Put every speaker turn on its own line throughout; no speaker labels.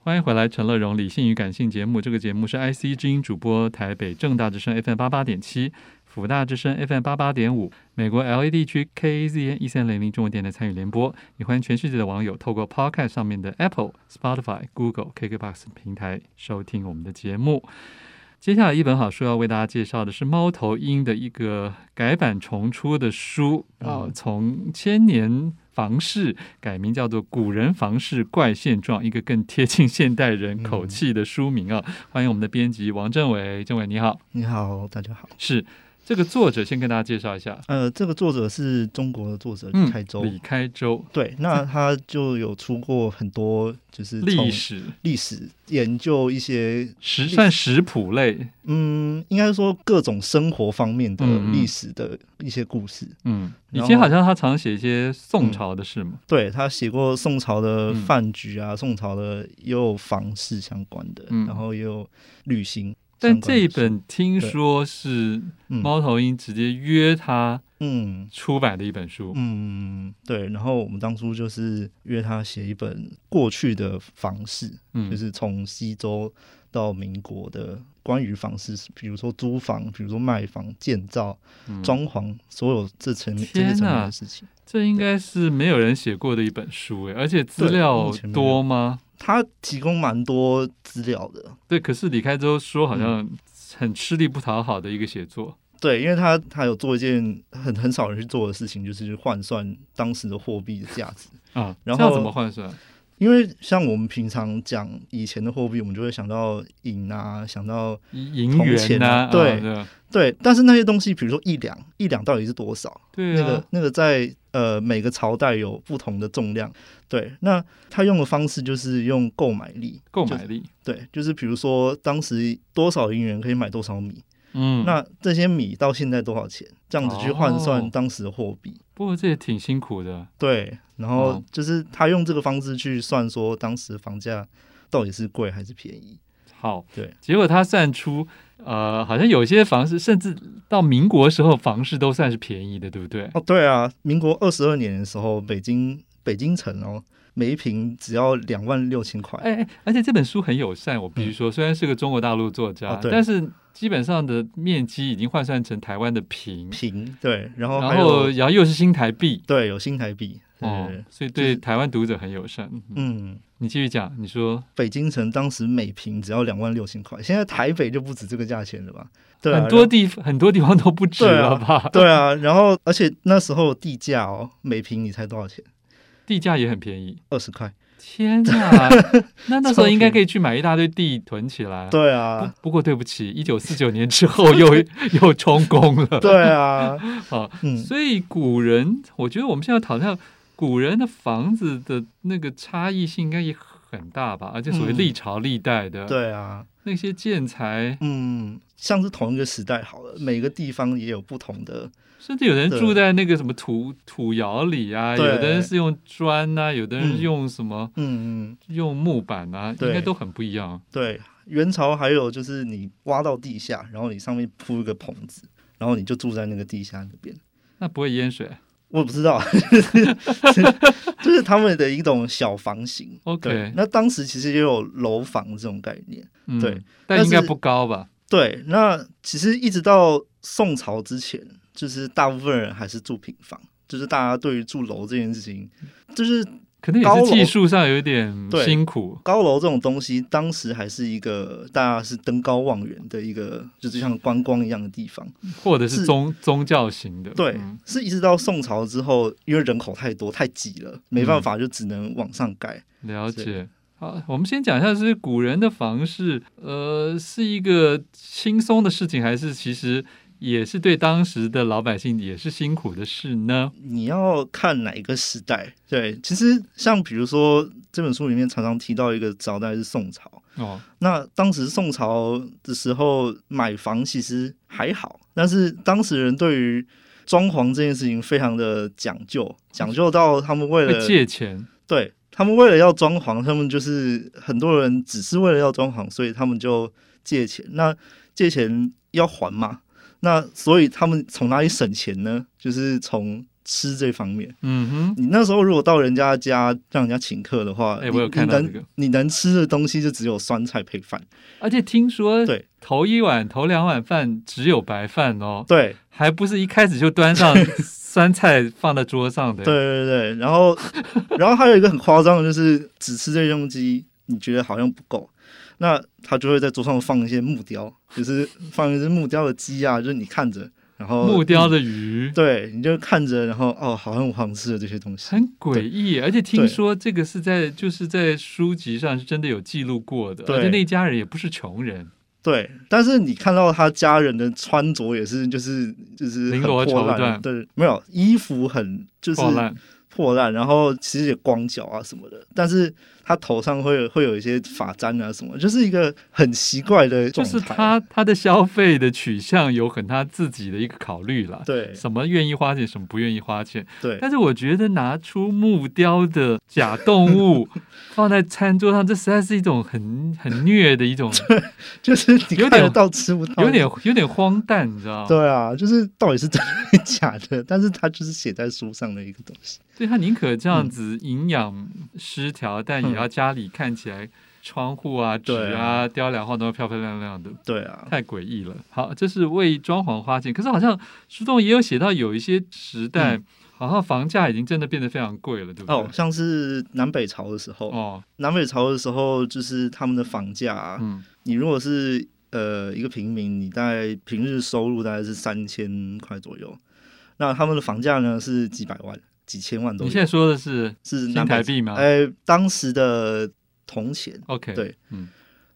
欢迎回来，《陈乐融理性与感性》节目。这个节目是 IC 之音主播，台北正大之声 FM 八八点七，辅大之声 FM 八八点五，美国 LA 地区 KAZN 一三零零中文电台参与联播。也欢迎全世界的网友透过 Podcast 上面的 Apple、Spotify、Google、KKBox 平台收听我们的节目。接下来一本好书要为大家介绍的是猫头鹰的一个改版重出的书，啊、
嗯
从千年房事改名叫做《古人房事怪现状》，一个更贴近现代人口气的书名啊。欢迎我们的编辑王政伟，政伟你好，
你好，大家好。
是这个作者先跟大家介绍一下，
呃，这个作者是中国的作者
嗯
李开周，
李开周，
对，那他就有出过很多就是从
历史
历史研究一些，
食算食谱类，
嗯，应该说各种生活方面的
嗯嗯
历史的一些故事。
嗯，以
然后嗯
前好像他常写一些宋朝的事嘛，
对他写过宋朝的
嗯
饭局啊，宋朝的也有房事相关的，
嗯
然后也有旅行相
但
关的书。
这一本听说是
嗯
猫头鹰直接约他
嗯
出版的一本书，
嗯，对。然后我们当初就是约他写一本过去的房事，
嗯，
就是从西周到民国的关于房事，比如说租房，比如说卖房、建造、
嗯
装潢，所有这层面这
天
些层
哪
面的事情。
这应该是没有人写过的一本书诶，而且资
对
料
目前没有
多吗？
他提供蛮多资料的，
对，可是李开周说
嗯
好像很吃力不讨好的一个写作，
对，因为他他有做一件很很少人去做的事情，就是去换算当时的货币的价值。
啊，
然
这样
后
怎么换算？
因为像我们平常讲以前的货币，我们就会想到银啊，想到
银
铜
元
钱
呐、
啊
啊
对
对
对，但是那些东西，比如说一两，一两到底是多少？
对
那
啊，
个那个在呃每个朝代有不同的重量。对，那他用的方式就是用购买力，
购
就
买力，
对，就是比如说当时多少银元可以买多少米，
嗯，
那这些米到现在多少钱？这样子去换
哦
算当时的货币。
不过这也挺辛苦的，
对，然
哦
后就是他用这个方式去算说当时房价到底是贵还是便宜。
好，
对，
结果他算出。呃，好像有些房市，甚至到民国时候，房市都算是便宜的，对不对？
哦，对啊，民国二十二年的时候，北京北京城哦，每一平只要两万六千块。
哎，哎而且这本书很友善，我必须说，虽然是个中国大陆作家，
嗯哦对
但是基本上的面积已经换算成台湾的平，
平对，然后
然
哦还
后
有
然后又是新台币，
对有新台币，对
哦
对对，
所以
就
对
是
台湾读者很友善。嗯，
嗯，
你继续讲，你说
北京城当时每平只要两万六千块，现在台北就不止这个价钱了吧？对、啊，
很多
然后
地 很多地方都不止
对啊
了吧？
对啊，然后而且那时候地价哦，每平你猜多少钱？
地价也很便宜。
二十
啊
块。
天哪， 那那时候
超便宜
应该可以去买一大堆地囤起来。
对
不
啊，
不过对不起，一九四九年之后又又充公了。
对啊，
好
嗯，
所以古人，我觉得我们现在讨论古人的房子的那个差异性应该也很大吧？而且所谓
嗯
历朝历代的、
对啊，
那些建材，
嗯，像是同一个时代好了，每个地方也有不同的，
甚至有人
对
住在那个什么土土窑里啊，有
对
的人是用砖呐、有的人
嗯
用什么、
嗯，
用木板啊，应
对
该都很不一样。
对。元朝还有就是你挖到地下，然后你上面铺一个棚子，然后你就住在那个地下那边。
那不会淹水
我不知道，就是他们的一种小房型。对
？OK，，
那当时其实也有楼房这种概念。
嗯
对，
但
但
应该
是
不高吧？
对，那其实一直到宋朝之前，就是大部分人还是住平房，就是大家对于住楼这件事情，就是
可能也
高
是
楼
技术上有点
对
辛苦。
高楼这种东西，当时还是一个大家是登高望远的一个，就是像观光一样的地方。
或者是
是
宗宗教型的。
对
嗯，
是一直到宋朝之后，因为人口太多太挤了，没办法，就只能往上盖。
了
是
解。好，我们先讲一下，是古人的房事，呃，是一个轻松的事情，还是其实也是对当时的老百姓也是辛苦的事呢？
你要看哪一个时代？对，其实像比如说这本书里面常常提到一个朝代是宋朝，
哦，
那当时宋朝的时候买房其实还好，但是当时人对于装潢这件事情非常的讲究，讲究到他们为
会
了
借钱，
对他们为了要装潢，他们就是很多人只是为了要装潢，所以他们就借钱。那借钱要还嘛？那所以他们从哪里省钱呢？就是从吃这方面。
嗯哼，
你那时候如果到人家家让人家请客的话，
哎
你
我有看到
你
这个
能你能吃的东西就只有酸菜配饭。
而且听说
对
头一碗、头两碗饭只有白饭哦，
对
还不是一开始就端 上酸菜放在桌上的。
对，对对，然后然后还有一个很夸张的就是只吃这些东西，你觉得好像不够，那他就会在桌上放一些木雕，就是放一只木雕的鸡啊，就是你看着，然后
木雕的鱼。
对，你就看着，然后哦，好像我好像吃了这些东西。
很诡异，而且听
对
说这个是在就是在书籍上是真的有记录过的，
对
而且那家人也不是穷人，
对，但是你看到他家人的穿着也是，就是就是
绫
很
罗
破
绸缎
烂，对，没有衣服很就是
破烂，
破烂，然后其实也光脚啊什么的，但是他头上会有会有一些发簪啊什么，就是一个很奇怪的
就
状态。
是他他的消费的取向有很他自己的一个考虑了，
对
什么愿意花钱，什么不愿意花钱。
对
但是我觉得拿出木雕的假动 物放在餐桌上，这实在是一种很很虐的一种，
就是你
有
看得
点
到吃不到，
有点有点荒诞，你知道吗？
对啊，就是到底是真的假的，但是他就是写在书上的一个东西。
所以他宁可这样
嗯
子营养失调，但也要家里看起来窗户啊、纸
对
啊、雕梁画栋漂漂亮亮的，
对啊，
太诡异了。好，这是为装潢花钱，可是好像书中也有写到，有一些时代、
嗯
好像房价已经真的变得非常贵了，对不对？
哦，像是南北朝的时候，
哦，
南北朝的时候，就是他们的房价、啊，
嗯
你如果是呃一个平民，你大概平日收入大概是三千块左右，那他们的房价呢是几百万、几千万都
你
有，
现在说的是
是
新
南北
台币吗
呃，当时的铜钱，
OK，
对，
嗯，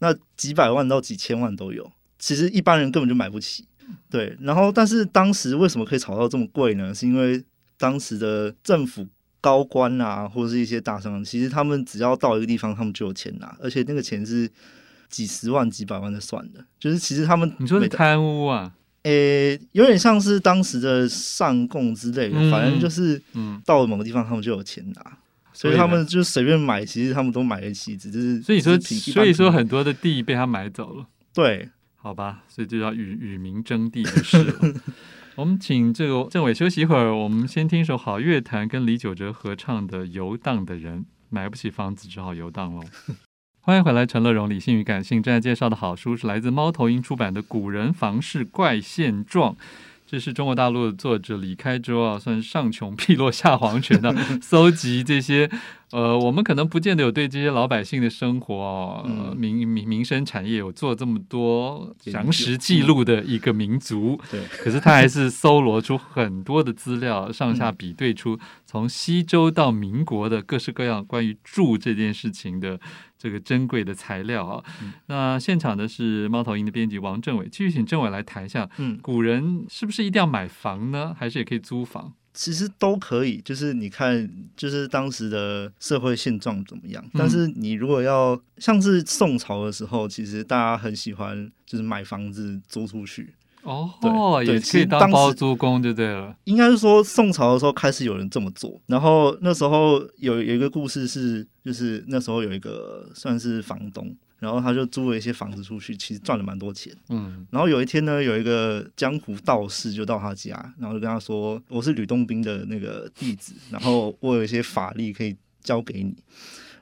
那几百万到几千万都有，其实一般人根本就买不起。
嗯
对，然后但是当时为什么可以炒到这么贵呢？是因为当时的政府高官啊，或者是一些大商人，其实他们只要到一个地方，他们就有钱拿，而且那个钱是几十万、几百万的算的，就是其实他们
你说是
每个
贪污啊？
诶、有点像是当时的上供之类的，
嗯
反正就是
嗯，
到了某个地方，他们就有钱拿。所以
呢
他们就随便买，其实他们都买得起，只是
所以说
只是平
所以说
一般平
很多的地被他买走了。
对
好吧，所以就要与与民争地就是 了。我们请这个政委休息一会儿，我们先听一首好乐团跟李玖哲合唱的《游荡的人》，买不起房子只好游荡喽。欢迎回来，陈乐荣，理性与感性正在介绍的好书是来自猫头鹰出版的《古人房市怪现状》。这是中国大陆的作者李开周啊，算是上穷碧落下黄泉的、搜集这些呃，我们可能不见得有对这些老百姓的生活、哦呃
嗯
民民民生产业有做这么多
研究
详实记录的一个民族，
对，
可是他还是搜罗出很多的资料，上下比对出从西周到民国的各式各样关于住这件事情的这个珍贵的材料啊。
嗯
那现场的是猫头鹰的编辑王政伟，继续请政伟来谈一下，
嗯，
古人是不是一定要买房呢？还是也可以租房？
其实都可以，就是你看，就是当时的社会现状怎么样。但是你如果要像是宋朝的时候，其实大家很喜欢就是买房子租出去，
哦，
对对
也
其
可以
实当
当
时
包租公就对了。
应该是说宋朝的时候开始有人这么做。然后那时候有有一个故事是，就是那时候有一个算是房东，然后他就租了一些房子出去，其实赚了蛮多钱。
嗯
然后有一天呢，有一个江湖道士就到他家，然后就跟他说：“我是吕洞宾的那个弟子，然后我有一些法力可以教给你。”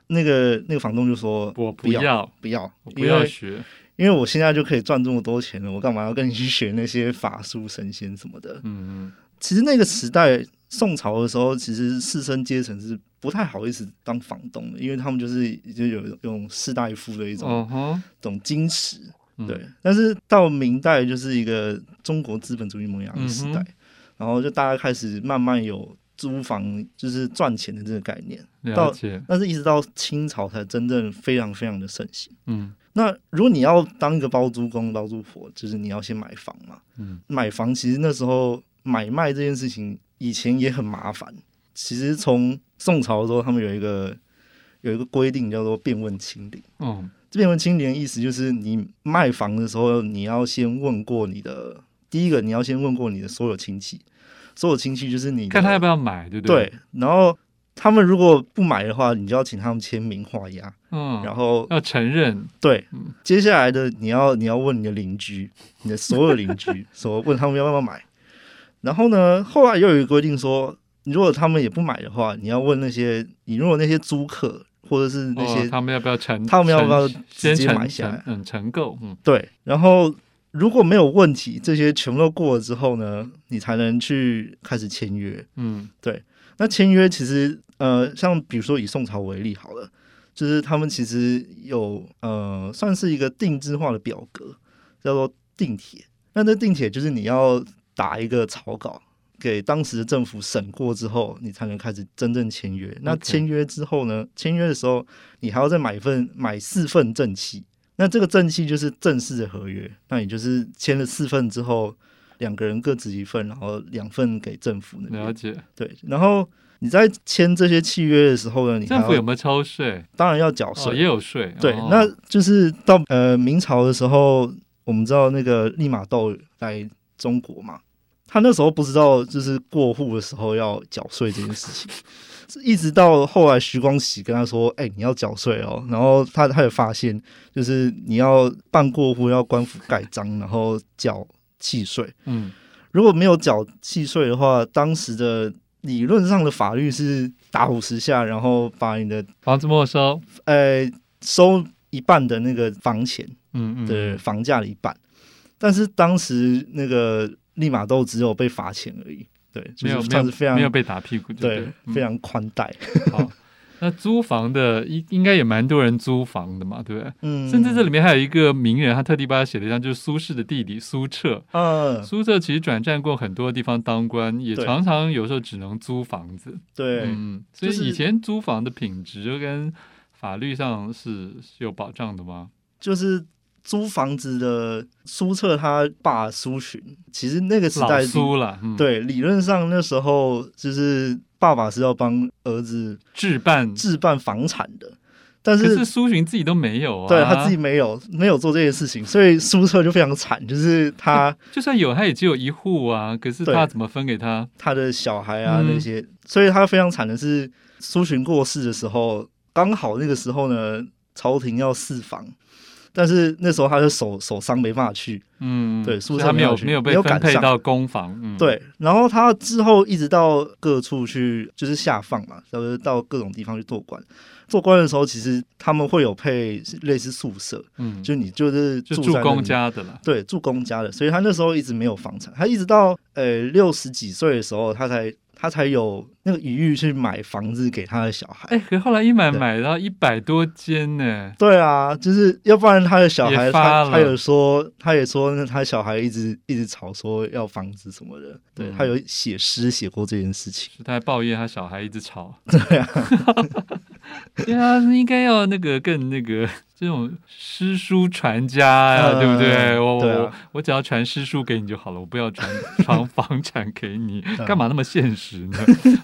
那个那个房东就说：“
我
不
不要，
不要，
我不
因
要
为
学。
因为我现在就可以赚这么多钱了，我干嘛要跟你去学那些法术、神仙什么的？”
嗯嗯，
其实那个时代，宋朝的时候，其实士绅阶层是不太好意思当房东的，因为他们就是就有一种士大夫的一种、
哦吼，
一种矜持。
嗯
对，但是到明代就是一个中国资本主义萌芽的时代，
嗯
然后就大家开始慢慢有租房就是赚钱的这个概念，
了
到
解，
但是一直到清朝才真正非常非常的盛行。
嗯
那如果你要当一个包租公、包租婆，就是你要先买房嘛。
嗯，
买房其实那时候买卖这件事情以前也很麻烦。其实从宋朝的时候，他们有一个有一个规定叫做辨问清零。
哦，
这边文清廉的意思就是，你卖房的时候，你要先问过你的第一个，你要先问过你的所有亲戚，所有亲戚就是你的
看他要不要买，对不对？
对，然后他们如果不买的话，你就要请他们签名画押，然
嗯，
后
要承认，
对
嗯，
接下来的你要你要问你的邻居，你的所有邻居，说问他们要不要买，然后呢，后来又有一个规定说，如果他们也不买的话，你要问那些，你如果那些租客或者是那些、
哦、他们要不要承？
他们要不要
承先
直接
承
买下来
承嗯，承购，嗯，
对，然后如果没有问题，这些全部都过了之后呢，你才能去开始签约。
嗯，
那签约其实呃，像比如说以宋朝为例好了，就是他们其实有呃，算是一个定制化的表格，叫做定帖。那这定帖就是你要打一个草稿给当时的政府审过之后，你才能开始真正签约。那
OK
签约之后呢，签约的时候你还要再买一份买四份正契。那这个正契就是正式的合约，那也就是签了四份之后，两个人各执一份，然后两份给政府那边。
了解。
对，然后你在签这些契约的时候呢，你还
政府有
要
没有抽税？
当然要缴
哦，
税。
也有税。
对，
哦
那就是到呃明朝的时候，我们知道那个利玛窦来中国嘛，他那时候不知道就是过户的时候要缴税这件事情，是一直到后来徐光启跟他说：“哎、你要缴税哦。”然后他他也发现，就是你要办过户要官府盖章，然后缴契税。
嗯，
如果没有缴契税的话，当时的理论上的法律是打五十下，然后把你的
房子没收，
呃收一半的那个房钱
嗯嗯，
的房价的一半，但是当时那个利玛窦只有被罚钱而已，对，就
没有
是
没
算是非
有没有嗯
常
被打屁股就
对
了，
非常宽待，
嗯好。那租房的应应该也蛮多人租房的嘛，对不对？
嗯，
甚至这里面还有一个名人，他特地帮他写了一张，就是苏轼的弟弟苏辙。
嗯，
苏辙其实转战过很多地方当官，也
对
常常有时候只能租房子。
对，
嗯，所
就是
以以前租房的品质跟法律上是是有保障的吗？
就是。租房子的苏辙他爸苏洵，其实那个时
老
代
苏了，嗯，，
对，理论上那时候就是爸爸是要帮儿子
置办，
置办房产的，但
可
是
是苏洵自己都没有啊，
对他自己没有没有做这件事情，所以苏澈就非常惨，就是他
就算有，他也只有一户啊，可是
对
他怎么分给他？
他的小孩啊
嗯
那些，所以他非常惨的是苏洵过世的时候，刚好那个时候呢，朝廷要释房。但是那时候他的手手伤没办法去，
嗯，
对苏
所以他
轼
没
没
有
有
没有被
没有
分
赶
配
上
到公房，嗯，，
对，然后他之后一直到各处去，就是下放嘛，就是到各种地方去做官。做官的时候，其实他们会有配类似宿舍，
嗯，
就你就是
就
住
住
在那
公
里，
家的了，
对，住公家的，所以他那时候一直没有房产，他一直到呃六十几岁的时候，他才他才有那个余裕去买房子给他的小孩。
哎，可后来一买
对
买到一百多间呢，
对啊，就是要不然他的小
也
孩，
发
他他
了
有说，他也说，那他小孩一直一直吵说要房子什么的，对、
嗯
他有写诗写过这件事情。
是他还抱怨他小孩一直 吵，对啊， 对啊，应该要那个更那个这种诗书传家呀、
嗯
对不对？我
对啊
我我只要传诗书给你就好了，我不要传传房产给你，
嗯
干嘛那么现实 呢？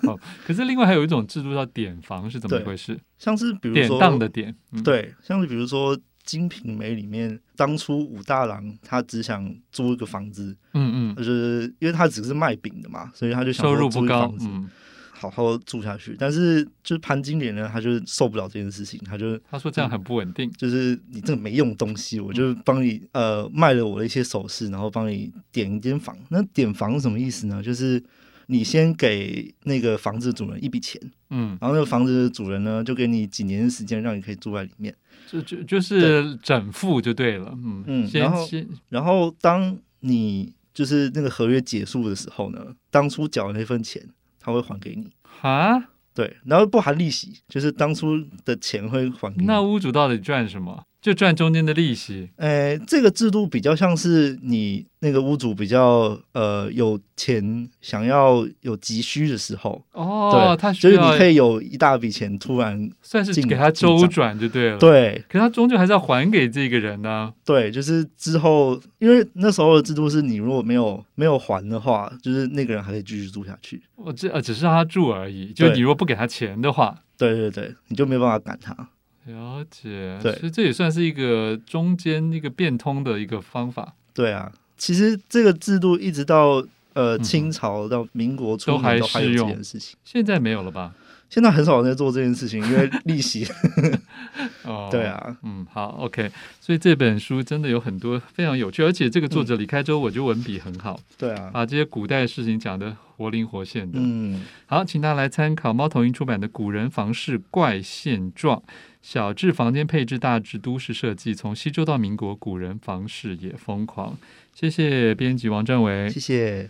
哦，可是另外还有一种制度叫典房是怎么一
对
回事？
像是比如
典
说
当的典，嗯，
对，像是比如说《金瓶梅》里面，当初武大郎他只想租一个房子，
嗯嗯，
就是因为他只是卖饼的嘛，所以他就想
收
说
入
租
不
一个
高
房，子
嗯，
好好住下去。但是就是潘金莲呢，他就受不了这件事情，他就
他说这样很不稳定，
就是你这个没用的东西，我
嗯
就帮你呃卖了我的一些首饰，然后帮你点一间房。那点房是什么意思呢？就是你先给那个房子主人一笔钱，
嗯，
然后那个房子的主人呢就给你几年的时间，让你可以住在里面。
就就就是整付就对了，嗯，
嗯
先
然后
先
然后当你就是那个合约结束的时候呢，当初缴的那份钱他会还给你，
啊，
对，然后不含利息，就是当初的钱会还给你。
那屋主到底赚什么？就赚中间的利息。
呃，这个制度比较像是你那个屋主比较呃有钱，想要有急需的时候，
哦，他需
就是你
要嗯
可以有一大笔钱突然
算是
进
给他
进账
周转就对了。，
对
可他终究还是要还给这个人呢、
对，就是之后，因为那时候的制度是你如果没有没有还的话，就是那个人还可以继续住下去。
我这呃只是让他住而已，就
对
你如果不给他钱的话，
对对对，你就没有办法赶他。
了解。
对
所以这也算是一个中间一个变通的一个方法，
对啊，其实这个制度一直到呃
嗯
清朝到民国初
都还
年都还有
适
这
用
件事情。
现在没有了吧？
现在很少人在做这件事情，因为利 息。
哦，
对，啊，
嗯，好，OK，所以这本书真的有很多非常有趣，而且这个作者李开周，我觉得文笔很好，
对啊，
把这些古代的事情讲得活灵活现的。
嗯，
好，请大家来参考猫头鹰出版的《古人房事怪现状》，小至房间配置，大至都市设计，从西周到民国，古人房事也疯狂。谢谢编辑王占伟
谢，谢。